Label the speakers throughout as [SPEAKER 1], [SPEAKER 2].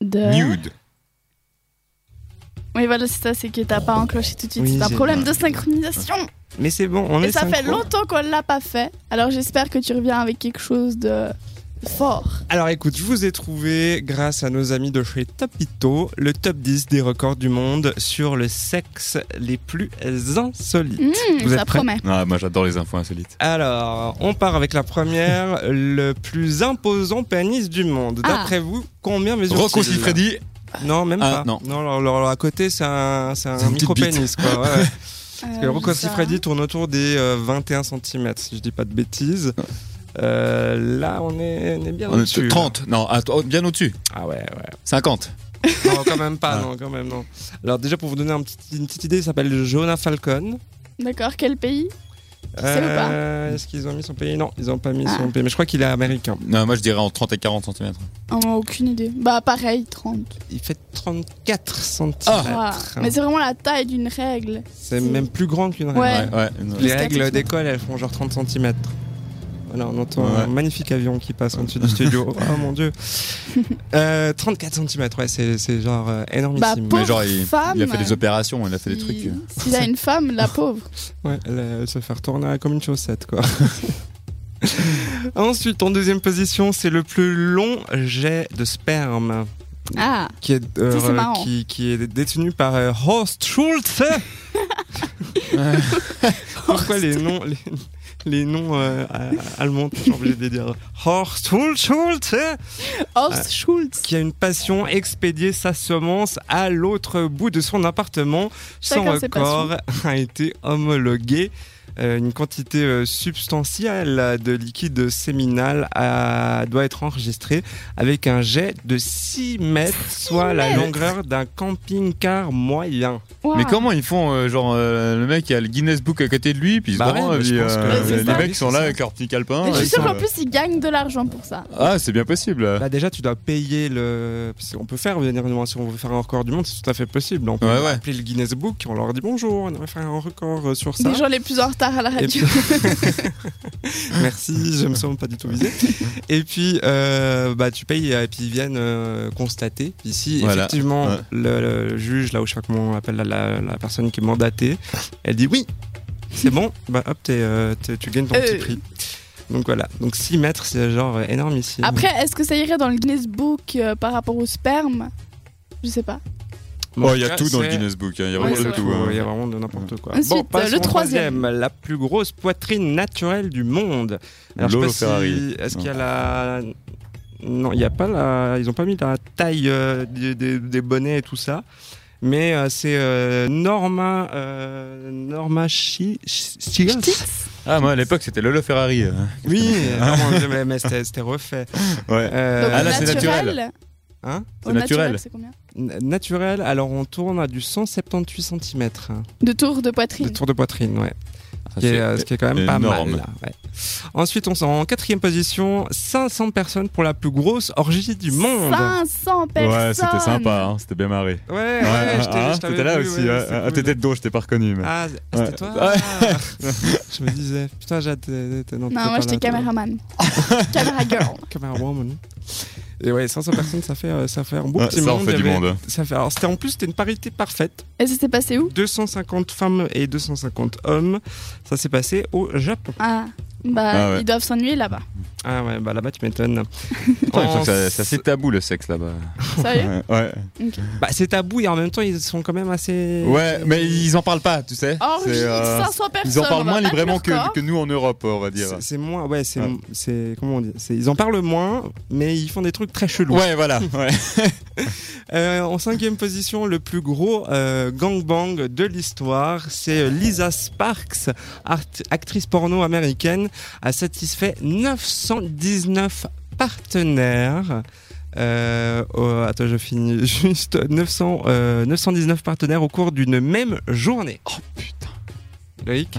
[SPEAKER 1] de...
[SPEAKER 2] Nude.
[SPEAKER 1] Oui, voilà, c'est ça, c'est que t'as pas enclenché tout de suite.
[SPEAKER 3] Oh. Oui,
[SPEAKER 1] c'est un
[SPEAKER 3] j'ai-
[SPEAKER 1] problème de synchronisation.
[SPEAKER 3] Mais c'est bon, on
[SPEAKER 1] Et
[SPEAKER 3] est
[SPEAKER 1] ça fait
[SPEAKER 3] synchro.
[SPEAKER 1] longtemps qu'on l'a pas fait. Alors j'espère que tu reviens avec quelque chose de fort.
[SPEAKER 3] Alors écoute, je vous ai trouvé, grâce à nos amis de chez Topito, le top 10 des records du monde sur le sexe les plus insolites.
[SPEAKER 1] Mmh,
[SPEAKER 3] Vous
[SPEAKER 1] ça
[SPEAKER 3] êtes prêts
[SPEAKER 1] promet.
[SPEAKER 2] Ah, moi j'adore les infos insolites.
[SPEAKER 3] Alors, on part avec la première, le plus imposant pénis du monde.
[SPEAKER 1] Ah.
[SPEAKER 3] D'après vous, combien mesure
[SPEAKER 2] Rocco Freddy.
[SPEAKER 3] Non, même
[SPEAKER 2] Ah,
[SPEAKER 3] pas.
[SPEAKER 2] non.
[SPEAKER 3] alors, alors, à côté, c'est un, c'est
[SPEAKER 2] C'est
[SPEAKER 3] un
[SPEAKER 2] une petite
[SPEAKER 3] micro-pénis. quoi, ouais, ouais. Parce que
[SPEAKER 1] Euh,
[SPEAKER 3] Rocco
[SPEAKER 1] bizarre.
[SPEAKER 3] Siffredi tourne autour des euh, 21 cm, si je dis pas de bêtises.
[SPEAKER 2] Ouais.
[SPEAKER 3] Euh, là, on est, on est bien
[SPEAKER 2] On est
[SPEAKER 3] au-dessus.
[SPEAKER 2] sur 30. Non, att- oh, bien au-dessus.
[SPEAKER 3] Ah ouais, ouais.
[SPEAKER 2] 50.
[SPEAKER 3] Non, quand même pas,
[SPEAKER 2] Ah.
[SPEAKER 3] non, quand même, non. Alors, déjà, pour vous donner un petit- une petite idée, il s'appelle Jonah Falcon.
[SPEAKER 1] D'accord, quel pays sais ou pas
[SPEAKER 3] Euh, Est-ce qu'ils ont mis son pays Non, ils ont pas mis
[SPEAKER 1] Ah.
[SPEAKER 3] son pays. Mais je crois qu'il est américain.
[SPEAKER 2] Non, moi je dirais en 30 et 40 cm.
[SPEAKER 1] On a aucune idée. Bah pareil, 30.
[SPEAKER 3] Il fait 34 cm.
[SPEAKER 1] Ouah. Ah. Mais c'est vraiment la taille d'une règle.
[SPEAKER 3] C'est même plus grand qu'une règle.
[SPEAKER 1] Ouais.
[SPEAKER 2] Ouais, ouais. non.
[SPEAKER 3] Les
[SPEAKER 1] Jusqu'à
[SPEAKER 3] règles
[SPEAKER 1] quatre
[SPEAKER 3] d'école, elles font genre 30 cm. Voilà, on entend
[SPEAKER 2] Ouais.
[SPEAKER 3] un magnifique avion qui passe en dessus du studio. Oh mon dieu. Euh, 34 cm, ouais, c'est c'est genre euh,
[SPEAKER 1] Bah,
[SPEAKER 3] énormissime.
[SPEAKER 1] pauvre
[SPEAKER 2] Mais genre, il,
[SPEAKER 1] femme.
[SPEAKER 2] il a fait des opérations, il a fait des trucs.
[SPEAKER 3] euh.
[SPEAKER 1] S'il s'il a une femme, la pauvre.
[SPEAKER 3] Ouais, elle, euh, elle se fait retourner comme une chaussette, quoi. Ensuite, en deuxième position, c'est le plus long jet de sperme
[SPEAKER 1] Ah,
[SPEAKER 3] qui est, euh,
[SPEAKER 1] Ça, c'est marrant.
[SPEAKER 3] qui, qui est détenu par euh, Horst Schulze.
[SPEAKER 2] Ouais.
[SPEAKER 3] Pourquoi les noms, les, les noms euh, euh, allemands, je suis obligé de les dire. Horst Schulze, Ah.
[SPEAKER 1] Horst Schultz.
[SPEAKER 3] qui a une passion expédier sa semence à l'autre bout de son appartement. Son
[SPEAKER 1] Chacun ses
[SPEAKER 3] record a été homologué. Euh, une quantité euh, substantielle de liquide séminal a- doit être enregistrée avec un jet de 6 mètres, soit la
[SPEAKER 1] mètres.
[SPEAKER 3] longueur d'un camping-car moyen.
[SPEAKER 1] Ouah.
[SPEAKER 2] Mais comment ils font euh, Genre, euh, le mec, il y a le Guinness Book à côté de lui, puis il se
[SPEAKER 3] Bah ouais,
[SPEAKER 2] branle,
[SPEAKER 3] mais je
[SPEAKER 2] puis,
[SPEAKER 3] pense
[SPEAKER 2] euh,
[SPEAKER 1] que- Ouais, c'est
[SPEAKER 2] les
[SPEAKER 1] ça.
[SPEAKER 2] mecs sont là
[SPEAKER 3] C'est ça.
[SPEAKER 2] avec leur petit calepin.
[SPEAKER 1] Mais je
[SPEAKER 2] euh,
[SPEAKER 1] suis
[SPEAKER 2] ils
[SPEAKER 1] sûre
[SPEAKER 2] sont,
[SPEAKER 1] qu'en plus, il gagne de l'argent pour ça.
[SPEAKER 2] euh, Ah, c'est bien possible.
[SPEAKER 3] Bah déjà, tu dois payer le. Parce qu'on peut faire venir une- si on veut faire un record du monde, c'est tout à fait possible. On peut
[SPEAKER 2] Ouais, ouais.
[SPEAKER 3] appeler le Guinness Book, on leur dit bonjour, on va faire un record euh, sur ça.
[SPEAKER 1] Des gens les plus en retard à la
[SPEAKER 3] Et
[SPEAKER 1] radio.
[SPEAKER 3] puis- Merci, je me sens pas du tout visé. Et puis, euh, bah, tu payes et puis ils viennent euh, constater. Puis si
[SPEAKER 2] Voilà.
[SPEAKER 3] effectivement
[SPEAKER 2] Ouais.
[SPEAKER 3] le, le juge, là où je sais pas comment on appelle la, la- la personne qui est mandatée, elle dit oui, c'est bon, bah hop, t'es, euh, t'es- tu gagnes ton
[SPEAKER 1] Euh.
[SPEAKER 3] petit prix. Donc voilà, donc 6 mètres, c'est genre euh, énorme
[SPEAKER 2] Mm.
[SPEAKER 3] ici.
[SPEAKER 1] Après, est-ce que ça irait dans le Guinness Book euh, par rapport au sperme Je sais pas.
[SPEAKER 2] Oh, il y a tout dans le Guinness Book, hein, il y a
[SPEAKER 1] Ouais,
[SPEAKER 2] vraiment
[SPEAKER 1] c'est
[SPEAKER 2] de
[SPEAKER 1] vrai.
[SPEAKER 2] tout. hein.
[SPEAKER 3] Il y a vraiment de n'importe quoi.
[SPEAKER 1] Ensuite,
[SPEAKER 3] bon, passe
[SPEAKER 1] le
[SPEAKER 3] au
[SPEAKER 1] troisième.
[SPEAKER 3] La plus grosse poitrine naturelle du monde. je sais
[SPEAKER 2] Lolo
[SPEAKER 3] pas si-
[SPEAKER 2] Ferrari.
[SPEAKER 3] Est-ce qu'il y a la. Non, il n'y a pas la. Ils n'ont pas mis la taille euh, des, des- des bonnets et tout ça. Mais euh, c'est euh, Norma. euh, Norma Shi. Shi- Shields
[SPEAKER 2] Ah, moi à l'époque, c'était Lolo Ferrari. euh.
[SPEAKER 3] Oui, vraiment, mais, mais c'était c'était refait.
[SPEAKER 2] Ouais.
[SPEAKER 3] Euh,
[SPEAKER 1] Donc,
[SPEAKER 2] Ah, là,
[SPEAKER 1] au
[SPEAKER 2] c'est naturel.
[SPEAKER 3] Hein
[SPEAKER 1] au
[SPEAKER 2] C'est naturel.
[SPEAKER 1] C'est combien
[SPEAKER 3] n- naturel, alors on tourne à du 178 cm
[SPEAKER 1] De tour de
[SPEAKER 3] de
[SPEAKER 1] poitrine.
[SPEAKER 3] tour de poitrine, ouais.
[SPEAKER 2] Ça,
[SPEAKER 3] qui est,
[SPEAKER 2] c'est-
[SPEAKER 3] euh, ce qui est quand même pas
[SPEAKER 2] énorme.
[SPEAKER 3] mal. là, ouais. Ensuite, on s'en en quatrième position, 500 personnes pour la plus grosse orgie du monde.
[SPEAKER 1] 500 personnes.
[SPEAKER 2] Ouais, c'était sympa, hein, c'était bien marré.
[SPEAKER 3] Ouais,
[SPEAKER 2] Ouais,
[SPEAKER 3] ouais, je t'ai-
[SPEAKER 2] hein,
[SPEAKER 3] je t'avais
[SPEAKER 2] t'étais là
[SPEAKER 3] vu,
[SPEAKER 2] aussi.
[SPEAKER 3] ouais,
[SPEAKER 2] ouais.
[SPEAKER 3] c'est
[SPEAKER 2] Ah,
[SPEAKER 3] cool.
[SPEAKER 2] t'étais dedans, je t'ai pas reconnu. mais-
[SPEAKER 3] Ah, c'était
[SPEAKER 2] Ouais.
[SPEAKER 3] toi
[SPEAKER 2] Ouais.
[SPEAKER 3] Je me disais, putain, Jade, t'es- t'es- non, t'étais
[SPEAKER 1] Non, moi
[SPEAKER 3] pas
[SPEAKER 1] j'étais
[SPEAKER 3] là, toi.
[SPEAKER 1] caméraman. Caméra girl.
[SPEAKER 3] Camerawoman. Et ouais, 500 personnes, ça fait, euh, ça fait un beau
[SPEAKER 2] Ouais,
[SPEAKER 3] petit
[SPEAKER 2] ça,
[SPEAKER 3] monde.
[SPEAKER 2] on fait
[SPEAKER 3] il y
[SPEAKER 2] du
[SPEAKER 3] avait-
[SPEAKER 2] monde. hein.
[SPEAKER 3] Ça fait, alors, c'était en plus, c'était une parité parfaite.
[SPEAKER 1] Et ça s'est passé où
[SPEAKER 3] 250 femmes et 250 hommes. Ça s'est passé au Japon.
[SPEAKER 1] Ah, bah
[SPEAKER 2] Ah ouais.
[SPEAKER 1] ils doivent s'ennuyer là-bas.
[SPEAKER 3] Ah ouais, bah là-bas, tu m'étonnes.
[SPEAKER 2] Putain, je crois
[SPEAKER 3] En
[SPEAKER 2] que ça- c'est assez tabou le sexe là-bas.
[SPEAKER 1] Sérieux
[SPEAKER 2] Ouais, ouais.
[SPEAKER 3] Bah, c'est tabou et en même temps, ils sont quand même assez.
[SPEAKER 2] Ouais, mais ils en parlent pas, tu sais.
[SPEAKER 1] Orgie,
[SPEAKER 2] C'est, euh,
[SPEAKER 1] 500 personnes.
[SPEAKER 2] Ils en
[SPEAKER 1] on
[SPEAKER 2] parlent
[SPEAKER 1] va
[SPEAKER 2] moins
[SPEAKER 1] battre
[SPEAKER 2] librement
[SPEAKER 1] leur
[SPEAKER 2] que,
[SPEAKER 1] corps.
[SPEAKER 2] que nous en Europe, on va dire.
[SPEAKER 3] C'est c'est moins, ouais, c'est,
[SPEAKER 2] Ouais.
[SPEAKER 3] c'est comment on dit, c'est- ils en parlent moins, mais ils font des trucs très chelous.
[SPEAKER 2] Ouais, voilà. Ouais.
[SPEAKER 3] Euh, en cinquième position, le plus gros euh, gangbang de l'histoire, c'est euh, Lisa Sparks, art- actrice porno américaine, a satisfait 919 partenaires. Euh, oh, attends, je finis juste 900, euh, 919 partenaires au cours d'une même journée. Oh putain, Loïc.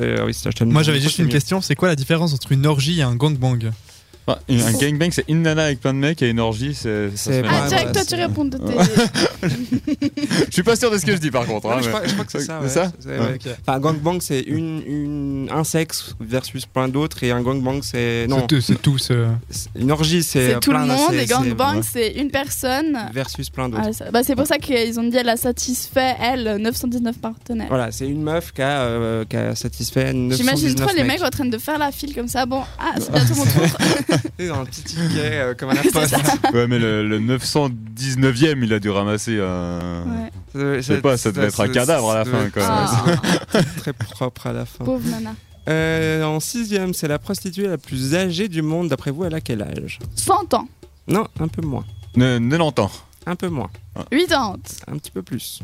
[SPEAKER 3] Euh, oui, c'est- je te-
[SPEAKER 4] Moi j'avais juste une
[SPEAKER 3] Continue.
[SPEAKER 4] question, c'est quoi la différence entre une orgie et un gangbang
[SPEAKER 2] Enfin, une- un gangbang, c'est une nana avec plein de mecs et une orgie, c'est. ça
[SPEAKER 3] C'est
[SPEAKER 2] se met
[SPEAKER 1] Ah,
[SPEAKER 3] Ouais,
[SPEAKER 2] mal.
[SPEAKER 1] Jack,
[SPEAKER 3] ouais,
[SPEAKER 1] toi,
[SPEAKER 3] c'est-
[SPEAKER 1] tu réponds de tes.
[SPEAKER 2] Je suis pas sûr de ce que je dis par contre.
[SPEAKER 3] Ouais,
[SPEAKER 2] hein,
[SPEAKER 3] je,
[SPEAKER 2] mais-
[SPEAKER 3] crois, je crois que c'est ça.
[SPEAKER 2] C'est
[SPEAKER 3] ouais.
[SPEAKER 2] ça
[SPEAKER 3] C'est- ouais. Enfin, gangbang, c'est une, une- un sexe versus plein d'autres, et un gangbang, c'est. Non,
[SPEAKER 4] C'est tout- C'est tous. euh,
[SPEAKER 3] c'est- une orgie, c'est.
[SPEAKER 1] C'est tout le
[SPEAKER 3] plein-
[SPEAKER 1] monde,
[SPEAKER 3] c'est-
[SPEAKER 1] et
[SPEAKER 2] ouais.
[SPEAKER 1] Gangbang, c'est une personne.
[SPEAKER 3] c'est Versus plein d'autres.
[SPEAKER 1] Ah, ça- bah, c'est pour ça qu'ils ont dit elle a satisfait, elle, 919 partenaires.
[SPEAKER 3] Voilà, c'est une meuf qui a, euh, qui a satisfait 919
[SPEAKER 1] J'imagine trop les
[SPEAKER 3] mecs.
[SPEAKER 1] mecs en train de faire la file comme ça. Bon, ah, c'est bientôt mon tour.
[SPEAKER 3] Tu sais, dans un petit ticket euh, comme à la poste.
[SPEAKER 2] Ouais, mais le, le 919ème, il a dû ramasser un.
[SPEAKER 1] Ouais.
[SPEAKER 3] Je
[SPEAKER 2] sais pas, ça devait être un cadavre à la fin, quoi.
[SPEAKER 1] Ah,
[SPEAKER 3] Très propre à la fin.
[SPEAKER 1] pauvre nana.
[SPEAKER 3] Euh, en sixième, c'est la prostituée la plus âgée du monde. D'après vous, elle a quel âge
[SPEAKER 1] 100 ans,
[SPEAKER 3] Non, un peu moins.
[SPEAKER 2] Ne, ne l'entends.
[SPEAKER 3] Un peu moins.
[SPEAKER 1] 80,
[SPEAKER 3] Un petit peu plus.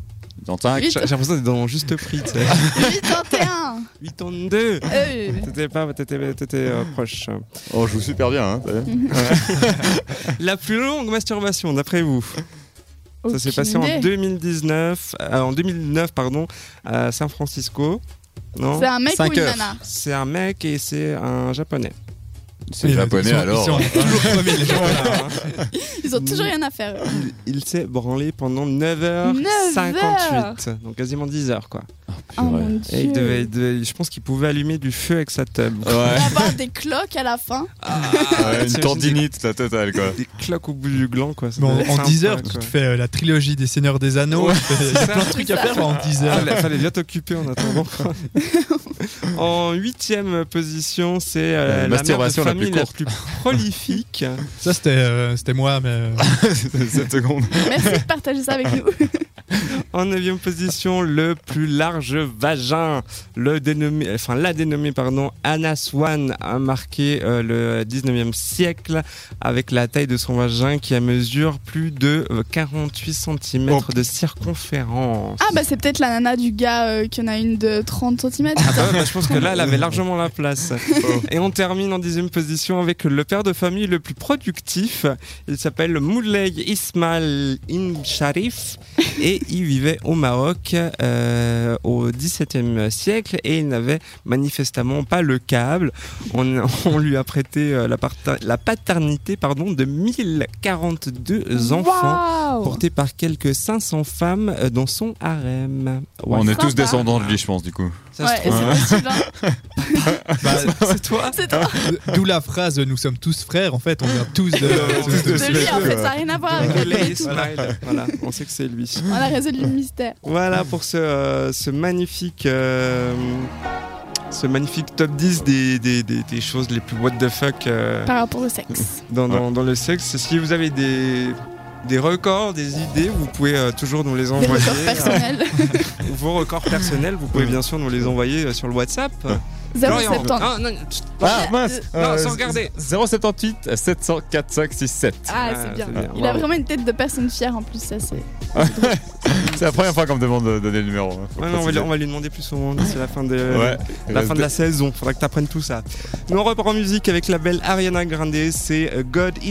[SPEAKER 2] J'entends
[SPEAKER 1] Huit-
[SPEAKER 3] J'ai j'ai l'impression d'être dans juste prix.
[SPEAKER 1] 81.
[SPEAKER 3] 82
[SPEAKER 1] Euh,
[SPEAKER 3] T'étais pas, t'étais, t'étais, euh, proche.
[SPEAKER 2] On joue super bien, hein. t'as vu
[SPEAKER 3] La plus longue masturbation, d'après vous Ça s'est
[SPEAKER 1] aucune
[SPEAKER 3] passé en
[SPEAKER 1] idée.
[SPEAKER 3] 2019, euh, en 2009 pardon, à San Francisco. Non.
[SPEAKER 1] C'est un mec ou
[SPEAKER 2] Cinq
[SPEAKER 1] une
[SPEAKER 2] heures.
[SPEAKER 1] nana
[SPEAKER 3] C'est un mec et c'est un japonais.
[SPEAKER 2] C'est
[SPEAKER 4] ils-
[SPEAKER 2] japonais
[SPEAKER 4] ils sont-
[SPEAKER 2] alors.
[SPEAKER 4] ils sont toujours premiers, les gens.
[SPEAKER 3] Voilà, hein.
[SPEAKER 1] Ils ont toujours rien à faire. eux.
[SPEAKER 3] Mm. Il- Il s'est branlé pendant
[SPEAKER 1] 9h58.
[SPEAKER 3] 9h58. Donc quasiment 10 heures quoi.
[SPEAKER 1] Oh mon
[SPEAKER 3] Et Eh, il
[SPEAKER 1] dieu.
[SPEAKER 3] devait, il devait- je pense qu'il pouvait allumer du feu avec sa tub.
[SPEAKER 4] Euh,
[SPEAKER 2] Ouais.
[SPEAKER 1] On va avoir des cloques à la fin.
[SPEAKER 2] Ouais, une
[SPEAKER 3] T'imagines
[SPEAKER 2] tendinite, la totale quoi.
[SPEAKER 3] Des cloques au bout du gland quoi. Ça
[SPEAKER 4] Bon,
[SPEAKER 3] devait être
[SPEAKER 4] en
[SPEAKER 3] sympa,
[SPEAKER 4] 10 heures, tu
[SPEAKER 3] quoi.
[SPEAKER 4] te fais euh, la trilogie des Seigneurs des Anneaux. tu fais- Il y a plein de trucs à faire en 10
[SPEAKER 2] Ah,
[SPEAKER 4] heures.
[SPEAKER 3] Fallait, fallait bien t'occuper en attendant. quoi. en huitième position, c'est euh,
[SPEAKER 2] La
[SPEAKER 3] la
[SPEAKER 2] masturbation la
[SPEAKER 3] mère de
[SPEAKER 2] plus
[SPEAKER 3] famille
[SPEAKER 2] courte.
[SPEAKER 3] prolifique.
[SPEAKER 4] Ça, c'était euh, c'était moi, mais. euh,
[SPEAKER 2] 7 secondes.
[SPEAKER 1] Merci de partager ça avec nous.
[SPEAKER 3] En neuvième position, le plus large vagin. Le dénommé, enfin, la dénommée pardon, Anna Swan a marqué euh, le 19e siècle avec la taille de son vagin qui a mesure plus de euh, 48 cm
[SPEAKER 2] Oh.
[SPEAKER 3] de circonférence.
[SPEAKER 1] Ah bah c'est peut-être la nana du gars euh, qui en a une de 30 cm.
[SPEAKER 3] Ah bah ouais, bah, je pense que là, elle avait largement la place.
[SPEAKER 2] Oh.
[SPEAKER 3] Et on termine en dixième position avec le père de famille le plus productif. Il s'appelle Moulay Ismail Imsharif et il vivait au Maroc euh, au XVIIe siècle et il n'avait manifestement pas le câble. On, on lui a prêté euh, la, parta- la paternité pardon, de 1042 enfants.
[SPEAKER 1] Waouh.
[SPEAKER 3] portés par quelques 500 femmes euh, dans son harem. Ouais.
[SPEAKER 2] On est tous
[SPEAKER 1] Sympa.
[SPEAKER 2] descendants de lui, je pense, du coup.
[SPEAKER 3] Ça se
[SPEAKER 1] Ouais, c'est
[SPEAKER 3] trouve,
[SPEAKER 1] possible. hein.
[SPEAKER 4] bah,
[SPEAKER 3] c'est toi
[SPEAKER 1] C'est toi.
[SPEAKER 4] D'où la phrase Nous sommes tous frères, en fait, on vient tous de.
[SPEAKER 2] Tous de
[SPEAKER 1] De lui en
[SPEAKER 2] Ouais.
[SPEAKER 1] fait, ça a rien à voir avec la tête et tout.
[SPEAKER 3] Ah, Voilà. Voilà, on sait que c'est lui.
[SPEAKER 1] On a résolu le mystère.
[SPEAKER 3] Voilà pour ce, euh, ce magnifique. euh, ce magnifique top 10 des, des, des- des choses les plus what the fuck euh,
[SPEAKER 1] Par rapport au sexe.
[SPEAKER 3] dans, dans- dans le sexe. Si vous avez des, des records, des idées, vous pouvez euh, toujours nous les
[SPEAKER 1] Des
[SPEAKER 3] envoyer.
[SPEAKER 1] records personnels.
[SPEAKER 3] Euh, Vos records personnels, vous pouvez bien sûr nous les envoyer euh, sur le WhatsApp. Florian.
[SPEAKER 1] 0,70.
[SPEAKER 3] Ah, non, chut,
[SPEAKER 2] Ah mince
[SPEAKER 3] Euh, non, sans regarder.
[SPEAKER 2] 078 704 567.
[SPEAKER 1] Ah,
[SPEAKER 3] Ah,
[SPEAKER 1] c'est bien.
[SPEAKER 3] c'est bien.
[SPEAKER 1] Il a
[SPEAKER 3] Bravo.
[SPEAKER 1] vraiment une tête de personne fière en plus, ça c'est.
[SPEAKER 2] C'est la première fois qu'on me demande de donner le numéro. hein. Faut
[SPEAKER 3] ouais, non, on, va, lui-
[SPEAKER 2] préciser.
[SPEAKER 3] on va lui demander plus souvent. C'est la fin de,
[SPEAKER 2] Ouais.
[SPEAKER 3] la fin de la
[SPEAKER 2] Reste-
[SPEAKER 3] saison. Faudra que t'apprennes tout ça. Nous on repart en musique avec la belle Ariana Grande. C'est euh, God